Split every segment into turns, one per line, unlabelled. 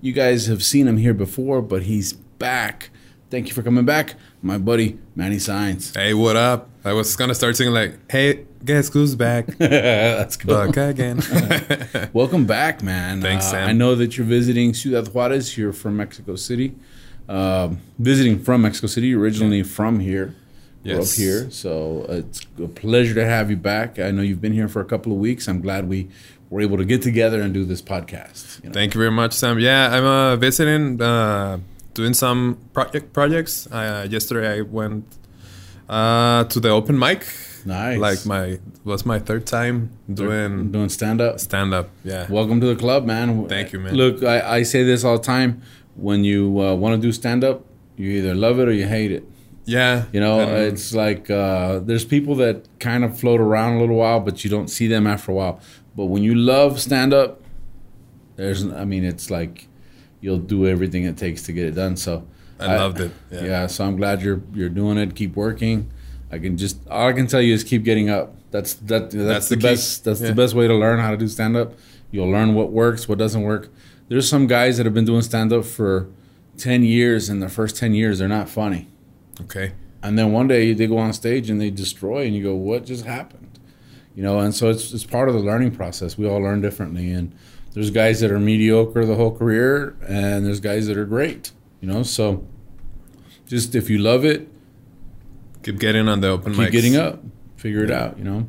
You guys have seen him here before, but he's back. Thank you for coming back, my buddy Manny Signs.
Hey, what up? I was gonna start singing like, "Hey, guess who's back?
That's
Buck again."
Welcome back, man.
Eh. Thanks,
Uh,
Sam.
I know that you're visiting Ciudad Juarez here from Mexico City. Um visiting from Mexico City, originally from here. We're
Yes.
Up here, so uh, it's a pleasure to have you back. I know you've been here for a couple of weeks. I'm glad we were able to get together and do this podcast. you know.
Thank you very much, Sam. Yeah, I'm uh, visiting, uh, doing some project projects. Uh, yesterday, I went uh, to the open mic.
Nice.
Like my was my third time doing
doing stand up.
stand up. Yeah.
Welcome to the club, man.
Thank you, man.
Look, I, I say this all the time. When you uh, want to do stand up, you either love it or you hate it.
yeah.
You know,
And-
it's like uh, there's people that kind of float around a little while, but you don't see them after a while. But when you love stand up, there's, I mean, it's like you'll do everything it takes to get it done. So
I loved it,
Yeah.
yeah.
so I'm glad you're you're doing it. Keep working. I can just all I can tell you is keep getting up. That's that that's, the,
the key.
best that's the
Yeah.
best way to learn how to do stand up. You'll learn what works, what doesn't work. There's some guys that have been doing stand up for 10 years and the first 10 years they're not funny.
okay.
And then one day they go on stage and they destroy, and you go, "What just happened?" You know, and so it's it's part of the learning process. We all learn differently, and there's guys that are mediocre the whole career, and there's guys that are great. You know, so just if you love it,
Keep getting on the open
keep
mics.
getting up, figure it out. You know,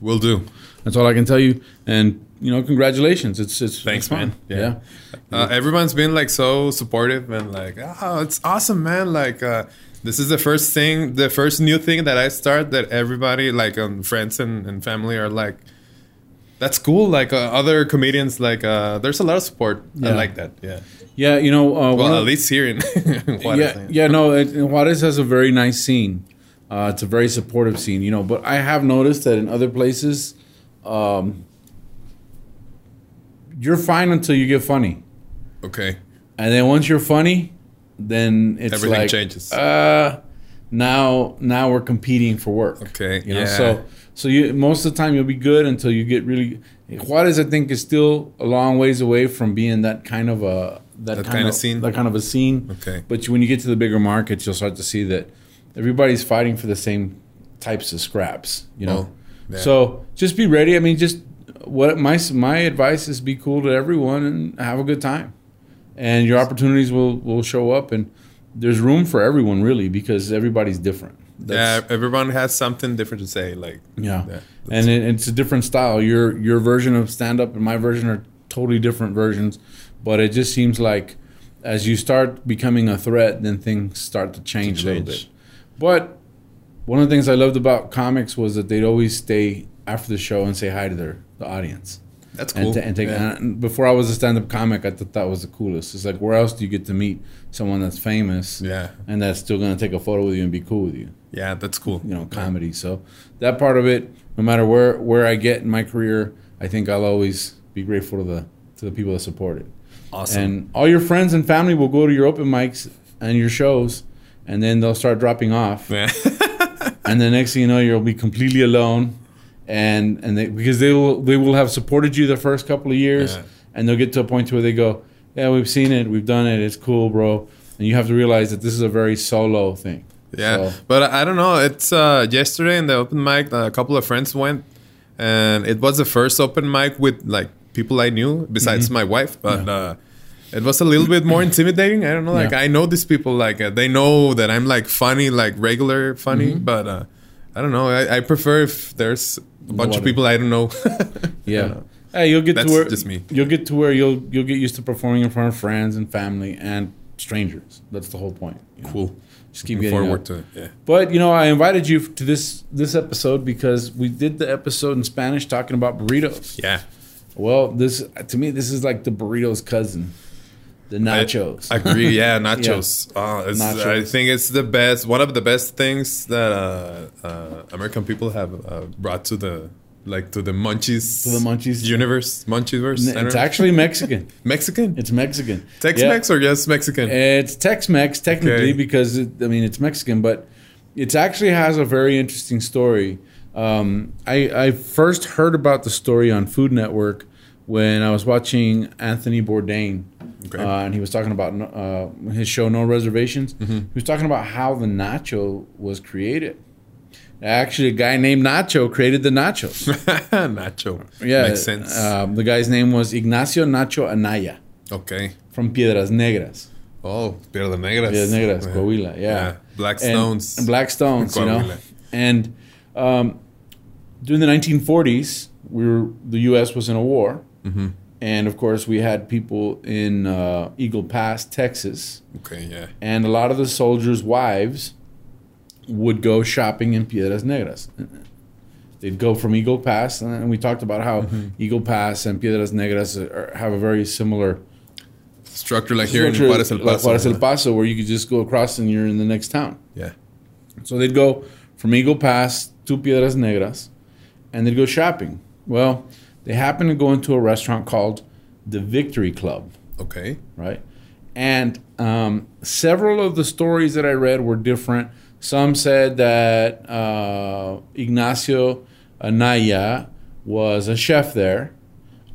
Will do.
that's all I can tell you. And you know, congratulations. It's it's
Thanks,
it's fun.
man. Yeah.
yeah.
Uh, everyone's been like so supportive and like, oh, it's awesome, man. Like, uh, this is the first thing, the first new thing that I start that everybody, like, um, friends and, and family are like, that's cool. Like, uh, other comedians, like, uh, there's a lot of support.
Yeah.
I like that. Yeah.
Yeah, you know, uh, one
Well,
of-
at least here in Juarez. eh?
yeah, yeah, no, it, and Juarez has a very nice scene. Uh, it's a very supportive scene, you know. But I have noticed that in other places, um, you're fine until you get funny,
Okay.
and then once you're funny, then it's
Everything
like,
changes.
Uh, now, now we're competing for work.
Okay,
you know,
yeah.
so so you most of the time you'll be good until you get really. Juarez, I think, is still a long ways away from being that kind of a that,
That kind of scene?
that kind of a scene.
Okay.
But when you get to the bigger markets, you'll start to see that everybody's fighting for the same types of scraps. You know,
Oh, yeah.
so just be ready. I mean, just what my my advice is: be cool to everyone and have a good time, and your opportunities will will show up. And there's room for everyone, really, because everybody's different.
yeah. Everyone has something different to say. Like,
Yeah,
Yeah,
and it, it's a different style. Your your version of stand up and my version are totally different versions, but it just seems like as you start becoming a threat, then things start to change, a little bit.
change.
But one of the things I loved about comics was that they'd always stay after the show and say hi to their the audience.
that's
And,
cool.
ta- and take
yeah.
and before I was a stand up comic, I thought that was the coolest. It's like where else do you get to meet someone that's famous
yeah.
and that's still gonna take a photo with you and be cool with you?
Yeah, That's cool.
you know comedy so that part of it no matter where where i get in my career i think i'll always be grateful to the to the people that support it
Awesome.
and all your friends and family will go to your open mics and your shows and then they'll start dropping off
yeah.
and the next thing you know you'll be completely alone and and they, because they will they will have supported you the first couple of years
Yeah.
and they'll get to a point where they go yeah we've seen it we've done it it's cool bro and you have to realize that this is a very solo thing
Yeah,
So-
but I I don't know. It's uh, yesterday in the open mic, a couple of friends went, and it was the first open mic with like people I knew besides my wife. But uh, it was a little bit more intimidating. I don't know. Like
Yeah.
I know these people. Like uh, they know that I'm like funny, like regular funny. But uh, I don't know. I, I prefer if there's a bunch
Water.
of people I don't know.
Yeah. Hey, you'll get
That's
to where
just me.
you'll get to where you'll you'll get used to performing in front of friends and family and strangers. That's the whole point. you know?
cool.
Just keep
Looking
getting
forward
up.
to it. Yeah.
But you know, I invited you to this this episode because we did the episode in Spanish talking about burritos.
Yeah.
Well, this to me this is like the burritos cousin. The nachos.
I agree. Yeah, nachos. Oh, it's, I
Nachos.
think it's the best. One of the best things that uh, uh, American people have uh, brought to the like to the munchies.
To the munchies.
universe. Munchiverse. I don't
it's
know.
actually Mexican.
Mexican.
It's Mexican.
Tex-Mex or yes, Mexican.
It's Tex-Mex technically
Okay.
because it, I mean it's Mexican, but it actually has a very interesting story. Um, I, I first heard about the story on Food Network when I was watching Anthony Bourdain,
Okay.
uh, and he was talking about uh, his show No Reservations.
Mm-hmm.
He was talking about how the nacho was created. Actually, a guy named Nacho created the nachos.
Nacho.
Yeah,
Makes sense.
Um, the guy's name was Ignacio Nacho Anaya
okay.
from Piedras Negras.
Oh, Piedra Negras.
Piedras Negras,
Yeah.
Coahuila. Yeah.
Uh-huh. Yeah. Black
And-
Stones.
and Black Stones, you know.
Coahuila.
And um, during the 1940s, we were the U.S. was in a war,
Mm-hmm.
and of course we had people in uh, Eagle Pass, Texas,
Okay, yeah.
and a lot of the soldiers' wives would go shopping in Piedras Negras. They'd go from Eagle Pass, and we talked about how
Mm-hmm.
Eagle Pass and Piedras Negras are, have a very similar
Structure like here in
structure,
Juarez El
like
Paso.
Juarez El Paso, where you could just go across and you're in the next town.
Yeah.
So they'd go from Eagle Pass to Piedras Negras and they'd go shopping. Well, they happened to go into a restaurant called the Victory Club,
Okay.
right? And um, several of the stories that I read were different. Some said that uh, Ignacio Anaya was a chef there.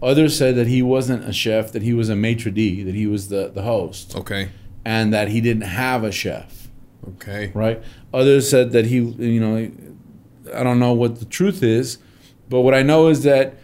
Others said that he wasn't a chef, that he was a maitre d', that he was the, the host,
Okay.
and that he didn't have a chef
Okay.
right? Others said that he, you know, I don't know what the truth is, but what I know is that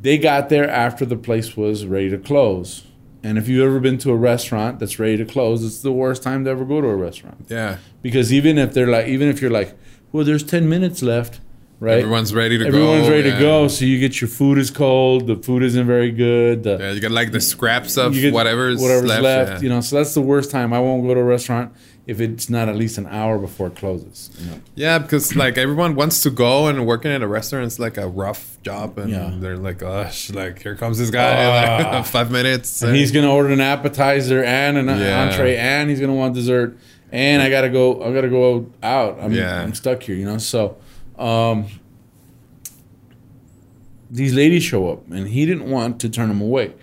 they got there after the place was ready to close. And if you've ever been to a restaurant that's ready to close, it's the worst time to ever go to a restaurant
Yeah.
because even if they're like, even if you're like, well, there's ten minutes left, right?
Everyone's ready to go.
Everyone's ready
yeah.
to go, so you get your food is cold, the food isn't very good, the,
Yeah, you get like the scraps of
you get
whatever's,
whatever's
left.
left,
yeah.
you know. So that's the worst time. I won't go to a restaurant if it's not at least an hour before it closes. you know.
Yeah, because like everyone wants to go and working at a restaurant is like a rough job, and
Yeah.
they're like, "Gosh, like here comes this guy, like,
Ah.
five minutes." Mm,
And he's gonna order an appetizer and an
Yeah.
entree, and he's gonna want dessert. And I gotta go. I gotta go out. I'm,
Yeah.
I'm stuck here, you know. So, um, these ladies show up, and he didn't want to turn them away.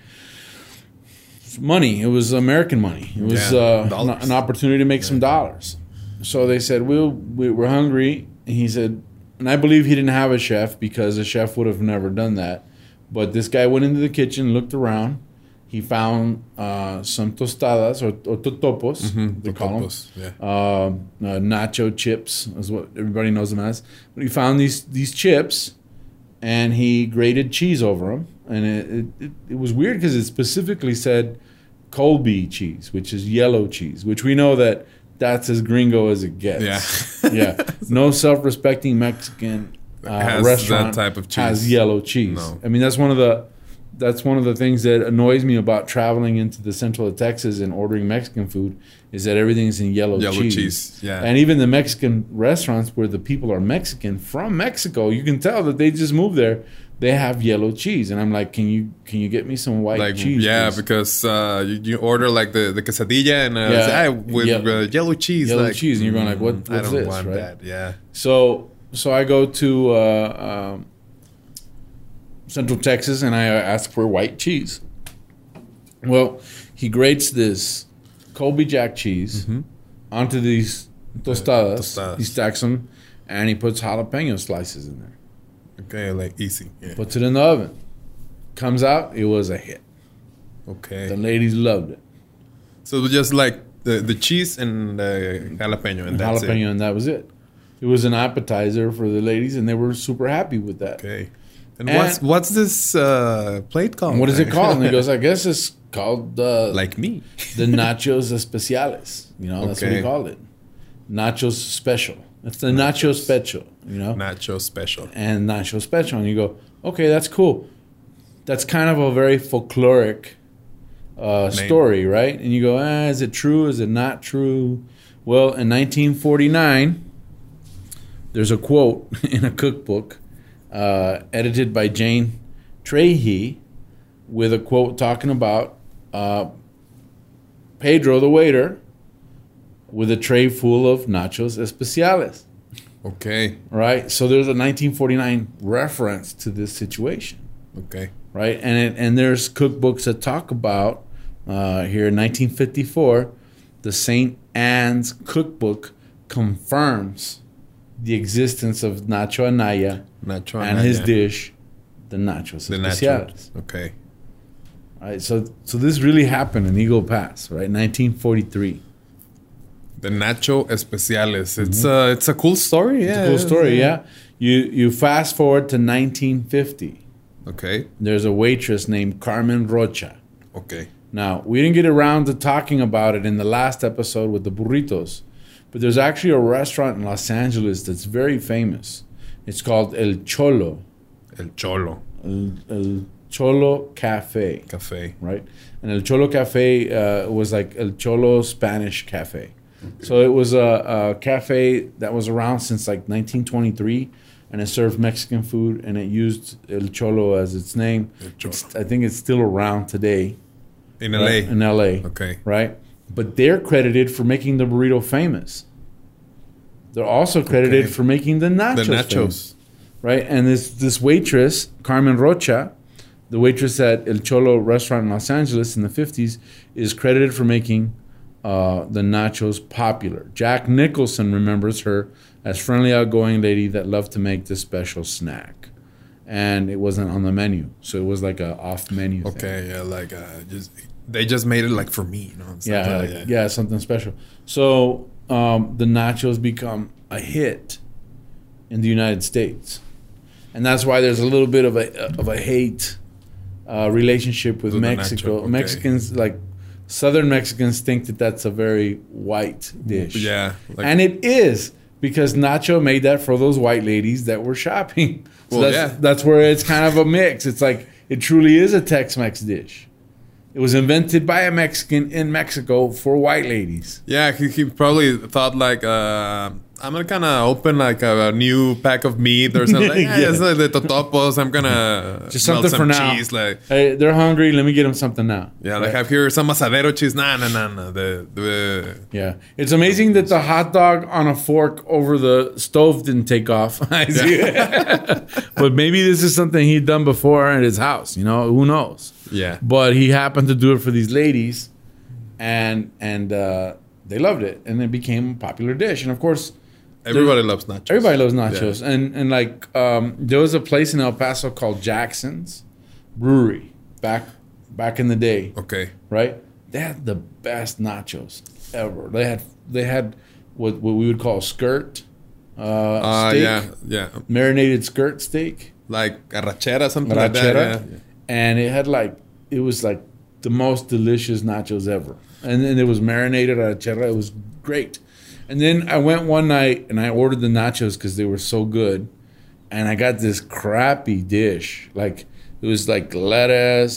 It's money. It was American money. It was
Yeah,
uh, an,
dollars.
an opportunity to make some dollars. So they said, "We'll we, we're hungry." And he said, and I believe he didn't have a chef because a chef would have never done that. But this guy went into the kitchen, looked around. He found uh, some tostadas or, or totopos. They call 'em.
Mm-hmm. Totopos, yeah.
Um, uh, nacho chips is what everybody knows them as. But he found these these chips, and he grated cheese over them, and it it, it, it was weird because it specifically said Colby cheese, which is yellow cheese, which we know that that's as gringo as it gets.
Yeah.
yeah. No self-respecting Mexican uh,
Has that
restaurant
type of
has
cheese.
yellow cheese.
No.
I mean, that's one of the that's one of the things that annoys me about traveling into the central of Texas and ordering Mexican food is that everything's in yellow,
Yellow
cheese.
cheese, yeah.
And even the Mexican restaurants where the people are Mexican from Mexico, you can tell that they just moved there. They have yellow cheese, and I'm like, can you can you get me some white
like
cheese?
yeah,
please?"
because uh, you, you order like the, the quesadilla and uh,
Yeah.
say, "Hey, with
Yeah.
uh, yellow cheese,
Yellow
like,
cheese," and you're going like,
mm,
"What-
I
what's
don't
this,
want
right?"
that. Yeah,
So so I go to uh, um, Central Texas and I uh, ask for white cheese. Well, he grates this Colby Jack cheese onto these tostadas.
Mm-hmm. tostadas.
He stacks them and he puts jalapeno slices in there.
okay, like easy. Yeah.
Puts it in the oven. Comes out, it was a hit. The
Okay,
ladies loved it.
so just like the, the cheese and the jalapeno, and that's
jalapeno,
it.
and that was it. It was an appetizer for the ladies, and they were super happy with that.
Okay, and,
And-
what's what's this uh, plate called?
What is it called? And he goes, I guess it's called uh,
like me.
the nachos especiales. You know, that's what he
Okay.
called it. Nachos special. It's the nacho special, you know?
Nacho special.
and nacho special. And you go, okay, that's cool. That's kind of a very folkloric uh, story, right? And you go, ah, is it true? Is it not true? Well, in 1949, there's a quote in a cookbook uh, edited by Jane Trahey with a quote talking about uh, Pedro, the waiter, with a tray full of nachos especiales.
Okay.
Right. So there's a 1949 reference to this situation.
Okay.
Right. And it, and there's cookbooks that talk about uh, here in 1954, the St. Anne's cookbook confirms the existence of Nacho Anaya
Nacho
and his
Anaya.
dish, the nachos
The
especiales.
nacho. Okay.
Right, so so this really happened in Eagle Pass, right? 1943.
The nacho especiales. It's a it's a cool story. Yeah.
Mm-hmm. It's a cool story, yeah. You you fast forward to 1950.
Okay.
There's a waitress named Carmen Rocha.
Okay.
Now we didn't get around to talking about it in the last episode with the burritos, but there's actually a restaurant in Los Angeles that's very famous. It's called El Cholo,
El cholo
El, El Cholo Cafe.
cafe.
right? And El Cholo Cafe uh, was like El Cholo Spanish Cafe. So it was a, a cafe that was around since like 1923, and it served Mexican food, and it used El Cholo as its name.
El Cholo.
It's- I think it's still around today
in
right,
LA.
in LA,
Okay.
right? But they're credited for making the burrito famous. They're also credited
Okay.
for making the nachos.
The
famous
nachos.
right? And this this waitress, Carmen Rocha, the waitress at El Cholo restaurant in Los Angeles in the '50s, is credited for making uh, the nachos popular. Jack Nicholson remembers her as friendly, outgoing lady that loved to make this special snack, and it wasn't on the menu, so it was like a off menu. thing.
Okay. Yeah. Like uh, just they just made it like for me. You know. It's
Yeah,
like, uh,
like- yeah, something special. So um, the nachos become a hit in the United States, and that's why there's a little bit of a of a hate uh, relationship with
With the
Mexico.
nacho, okay.
Mexicans like Southern Mexicans think that that's a very white dish.
Yeah. Like,
and it is because nacho made that for those white ladies that were shopping. So
Well,
that's
yeah.
that's where it's kind of a mix. It's like it truly is a Tex-Mex dish. It was invented by a Mexican in Mexico for white ladies.
yeah. He, he probably thought like. Uh, I'm gonna kind of open like a, a new pack of meat or something. yeah,
Yeah.
it's like the totopos. I'm gonna
Just
melt
something for now.
some cheese, like
Hey, they're hungry. Let me get them something now.
yeah, like
Right?
have here some asadero cheese. Nah, nah, nah, nah. The the
yeah. It's amazing that the hot dog on a fork over the stove didn't take off. I see. but maybe this is something he'd done before at his house. You know, who knows?
yeah.
but he happened to do it for these ladies and and uh, they loved it and it became a popular dish and of course
Everybody loves nachos.
everybody loves nachos and and like um, there was a place in el paso called jackson's brewery back back in the day
Okay.
right they had the best nachos ever they had they had what, what we would call skirt uh,
Uh,
steak
yeah, yeah.
marinated skirt steak
Like arrachera, something like that.
Rachera,
yeah.
and it had like it was like the most delicious nachos ever, and then it was marinated rachera. It was great. And then I went one night and I ordered the nachos because they were so good, and I got this crappy dish. Like it was like lettuce,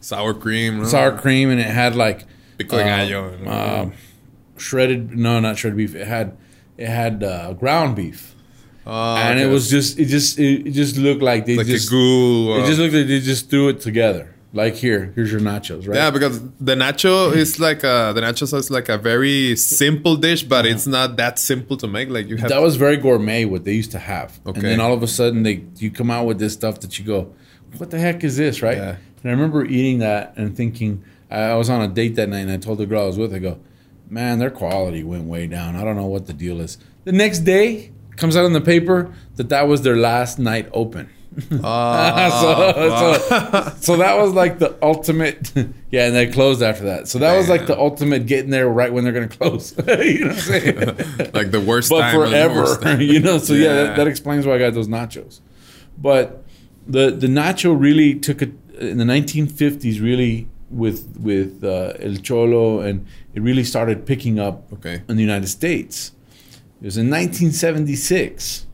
Sour cream. no?
sour um, cream, and it had like uh,
Pico de gallo. no?
shredded no, not shredded beef. It had it had uh, ground beef,
Oh,
and
okay.
it was just it just it, it just looked like they
like
just
a goo. Or,
It just looked like they just threw it together. Like here, here's your nachos, right?
yeah, because the nacho is like a, the nacho sauce is like a very simple dish, but it's not that simple to make. Like you have
that was very gourmet what they used to have. And
Okay.
then all of a sudden they you come out with this stuff that you go, What the heck is this, right?
Yeah.
And I remember eating that and thinking I, I was on a date that night and I told the girl I was with, I go, Man, their quality went way down. I don't know what the deal is. The next day comes out in the paper that that was their last night open.
Ah,
so, so, so that was like the ultimate. Yeah, and they closed after that. So that was like the
Damn.
ultimate getting there right when they're going to close. you know what I'm saying?
like the worst
but
time. or the worst
forever,
time.
you know. So yeah,
Yeah.
that, that explains why I got those nachos. But the the nacho really took it in the 1950s. Really with with uh, El Cholo, and it really started picking up
Okay.
in the United States. It was in 1976.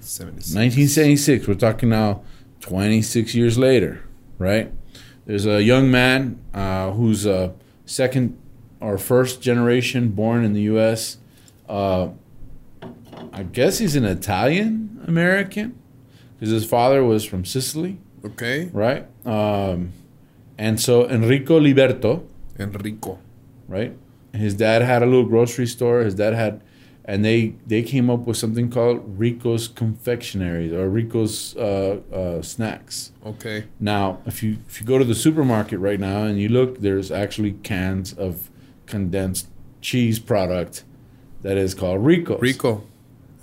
76.
1976. We're talking now 26 years later, right? There's a young man uh, who's a second or first generation born in the U.S. Uh, I guess he's an Italian American because his father was from Sicily,
Okay.
right? Um, and so Enrico Liberto
Enrico.
right? His dad had a little grocery store. His dad had, and they they came up with something called Rico's Confectionaries or Rico's uh, uh, Snacks.
Okay.
Now, if you if you go to the supermarket right now and you look, there's actually cans of condensed cheese product that is called Rico's.
Rico.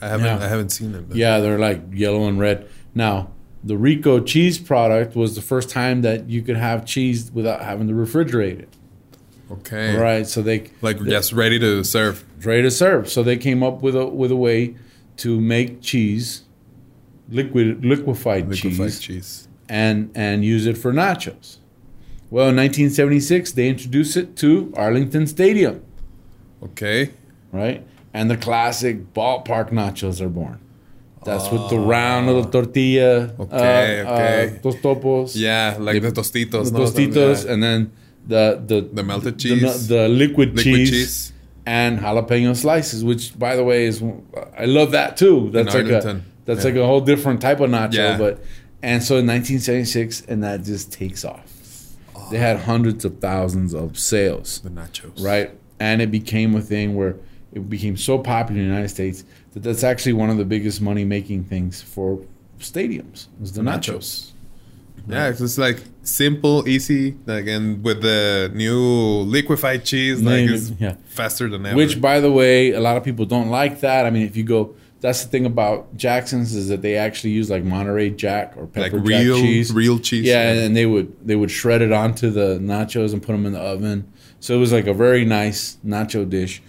I haven't
Yeah.
I haven't seen it. But
Yeah, they're like yellow and red. Now, the Rico cheese product was the first time that you could have cheese without having to refrigerate it.
Okay.
Right, so they
Like just ready to serve.
ready to serve. So they came up with a with a way to make cheese, liquid liquefied,
Liquefied
cheese,
cheese.
and and use it for nachos. Well, in 1976, they introduced it to Arlington Stadium,
Okay.
right? And the classic ballpark nachos are born. That's with the round little tortilla,
Ah. Okay, okay.
Uh, tostopos,
Yeah, like the, tostitos.
the
no?
tostitos,
Yeah.
and then the the
The melted
the, mel-
cheese.
the liquid,
liquid
cheese,
cheese.
and jalapeno slices, which by the way is I love that too. That's like a,
Arlington.
that's like a whole different type of nacho,
Yeah.
but and so in 1976, and that just takes off. They had hundreds of thousands of sales,
The nachos.
right? And it became a thing where it became so popular in the United States that that's actually one of the biggest money making things for stadiums is the nachos.
Yeah, it's just like simple, easy, like and with the new liquefied cheese, like
Yeah,
it's
yeah.
faster than ever.
Which, by the way, a lot of people don't like that. I mean, if you go, that's the thing about Jackson's is that they actually use like Monterey Jack or
like
pepper
real
jack cheese.
real cheese.
yeah, and, and they would they would shred it onto the nachos and put them in the oven. So it was like a very nice nacho dish,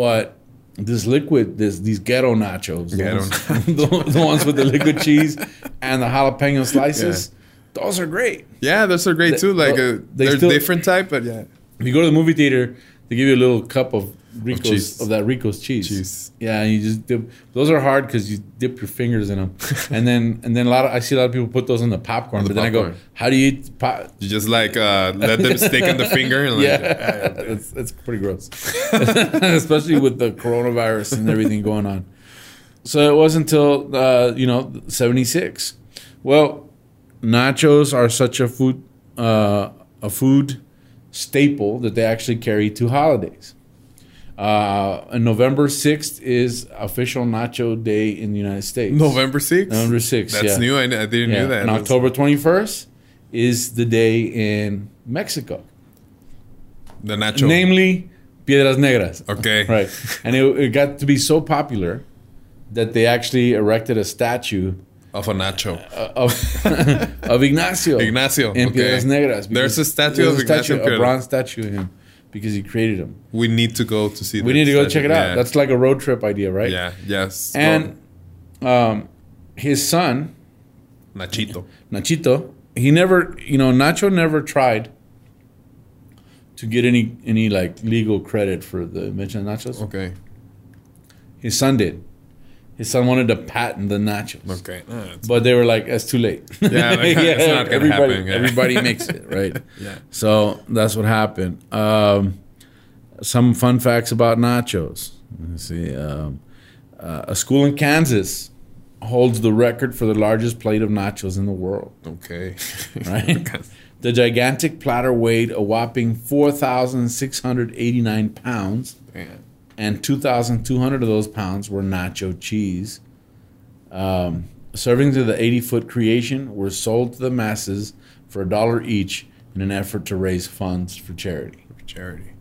but this liquid, this these ghetto nachos, the,
Ghetto
ones, the, the ones with the liquid cheese and the jalapeno slices, those are great.
Yeah, those are great too. Like
well,
uh,
they
they are
still-
different type, but yeah,
If you go to the movie theater, they give you a little cup of Rico's
cheese.
of, that Rico's cheese.
Cheese.
Yeah, and you just dip. Those are hard because you dip your fingers in them, and then and then a lot of I see a lot of people put those in the popcorn.
the
but then I go,
popcorn.
how do you eat pop?
you just like uh, let them stick in the finger and like, uh,
Yeah,
yeah, yeah.
that's, that's pretty gross, especially with the coronavirus and everything going on. So it wasn't until uh, you know '76. Well, nachos are such a food uh, a food staple that they actually carry two holidays. Uh, and November 6th is official nacho day in the United States.
November sixth.
November 6th.
That's
yeah.
new. I, I didn't
Yeah.
know that.
And
That's-
October 21st is the day in Mexico
The nacho.
namely Piedras Negras.
Okay.
Right. And it, it got to be so popular that they actually erected a statue
Of a nacho.
of of Ignacio.
Ignacio.
In
okay.
Piedras Negras.
There's
because
a statue
there's
of Ignacio
a
Piedra-
bronze statue of him because he created him.
We need to go to see.
We need to go check it out. That's like a road trip idea, right?
yeah. Yes. go.
And um, his son,
nachito.
Nachito, he never, you know, Nacho never tried to get any any like legal credit for the invention of nachos.
Okay.
His son did. His son wanted to patent the nachos,
Okay. Uh, it's-
but they were like, Ah, "That's too late."
Yeah, like, it's not gonna
everybody,
happen, yeah.
everybody makes it right.
Yeah.
So that's what happened. Um, some fun facts about nachos. Let's see. Um, uh, a school in Kansas holds the record for the largest plate of nachos in the world.
okay.
Right. The gigantic platter weighed a whopping four thousand six hundred eighty-nine pounds
Man.
and 2,200 of those pounds were nacho cheese. Um, servings of the 80 foot creation were sold to the masses for a dollar each in an effort to raise funds for charity.
Charity.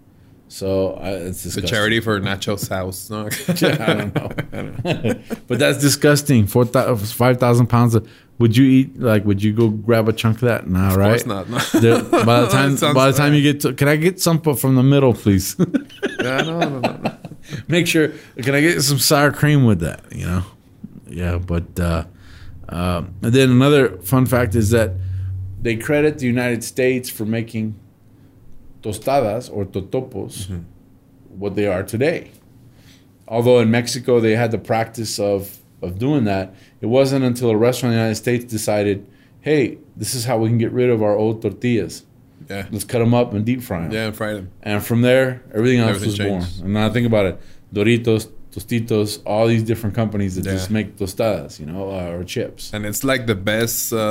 So uh, it's
The
disgusting.
charity for Nacho's house. No.
I don't know. but that's disgusting. Four thou- 5,000 pounds. Of, would you eat, like, would you go grab a chunk of that? Nah,
Of
right?
course not. No.
There- by the time,
That sounds
by the time you get to, can I get some from the middle, please?
Yeah, no, no, no, no.
make sure can i get some sour cream with that you know yeah but uh, um and then another fun fact is that they credit the united states for making tostadas or totopos what they are today although in mexico they had the practice of of doing that it wasn't until a restaurant in the united states decided hey this is how we can get rid of our old tortillas
Yeah.
let's cut them up and deep fry them
Yeah, and fried him.
and from there, everything else
Everything
was
changed.
born. And now think about it Doritos, Tostitos, all these different companies that
Yeah.
just make tostadas, you know, uh, or chips.
And it's like the best uh,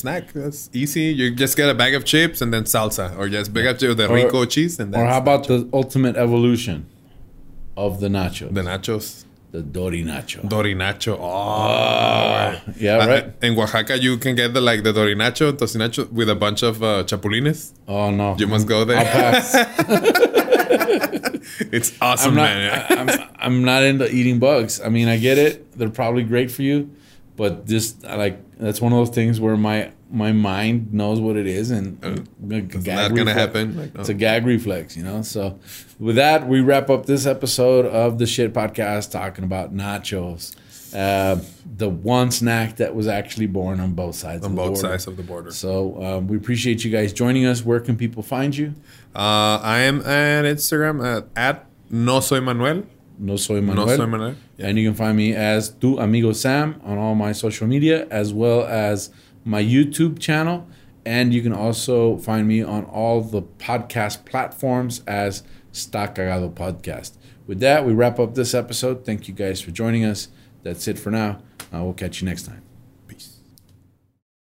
snack. That's easy. You just get a bag of chips and then salsa, or just bag of chips with the
Or-
rico cheese and then
Or how about the ultimate evolution of the nacho,
the
the,
nachos,
Dori Nacho? Ah,
dorinacho. Oh,
yeah,
Uh,
right.
in Oaxaca, you can get the like the dorinacho, tocinacho with a bunch of uh, chapulines.
Oh no,
You must go
I'll
there.
pass.
it's
I'm
awesome,
not.
man.
I, am I'm not into eating bugs. I mean, I get it. They're probably great for you, but this I like that's one of those things where my my mind knows what it is, and it's
Uh, not gonna happen. Like, oh.
It's a gag reflex, you know. So, with that, we wrap up this episode of the Shit Podcast talking about nachos, uh, the one snack that was actually born on both sides.
on
of the
both
border.
sides of the border.
So um, we appreciate you guys joining us. Where can people find you?
Uh, I am on Instagram at, at no soy Manuel.
No soy
No
Manuel.
soy Manuel.
And you can find me as Tu Amigo Sam on all my social media, as well as my YouTube channel. And you can also find me on all the podcast platforms as Sta Cagado Podcast. With that, we wrap up this episode. Thank you guys for joining us. That's it for now. I will Uh, catch you next time.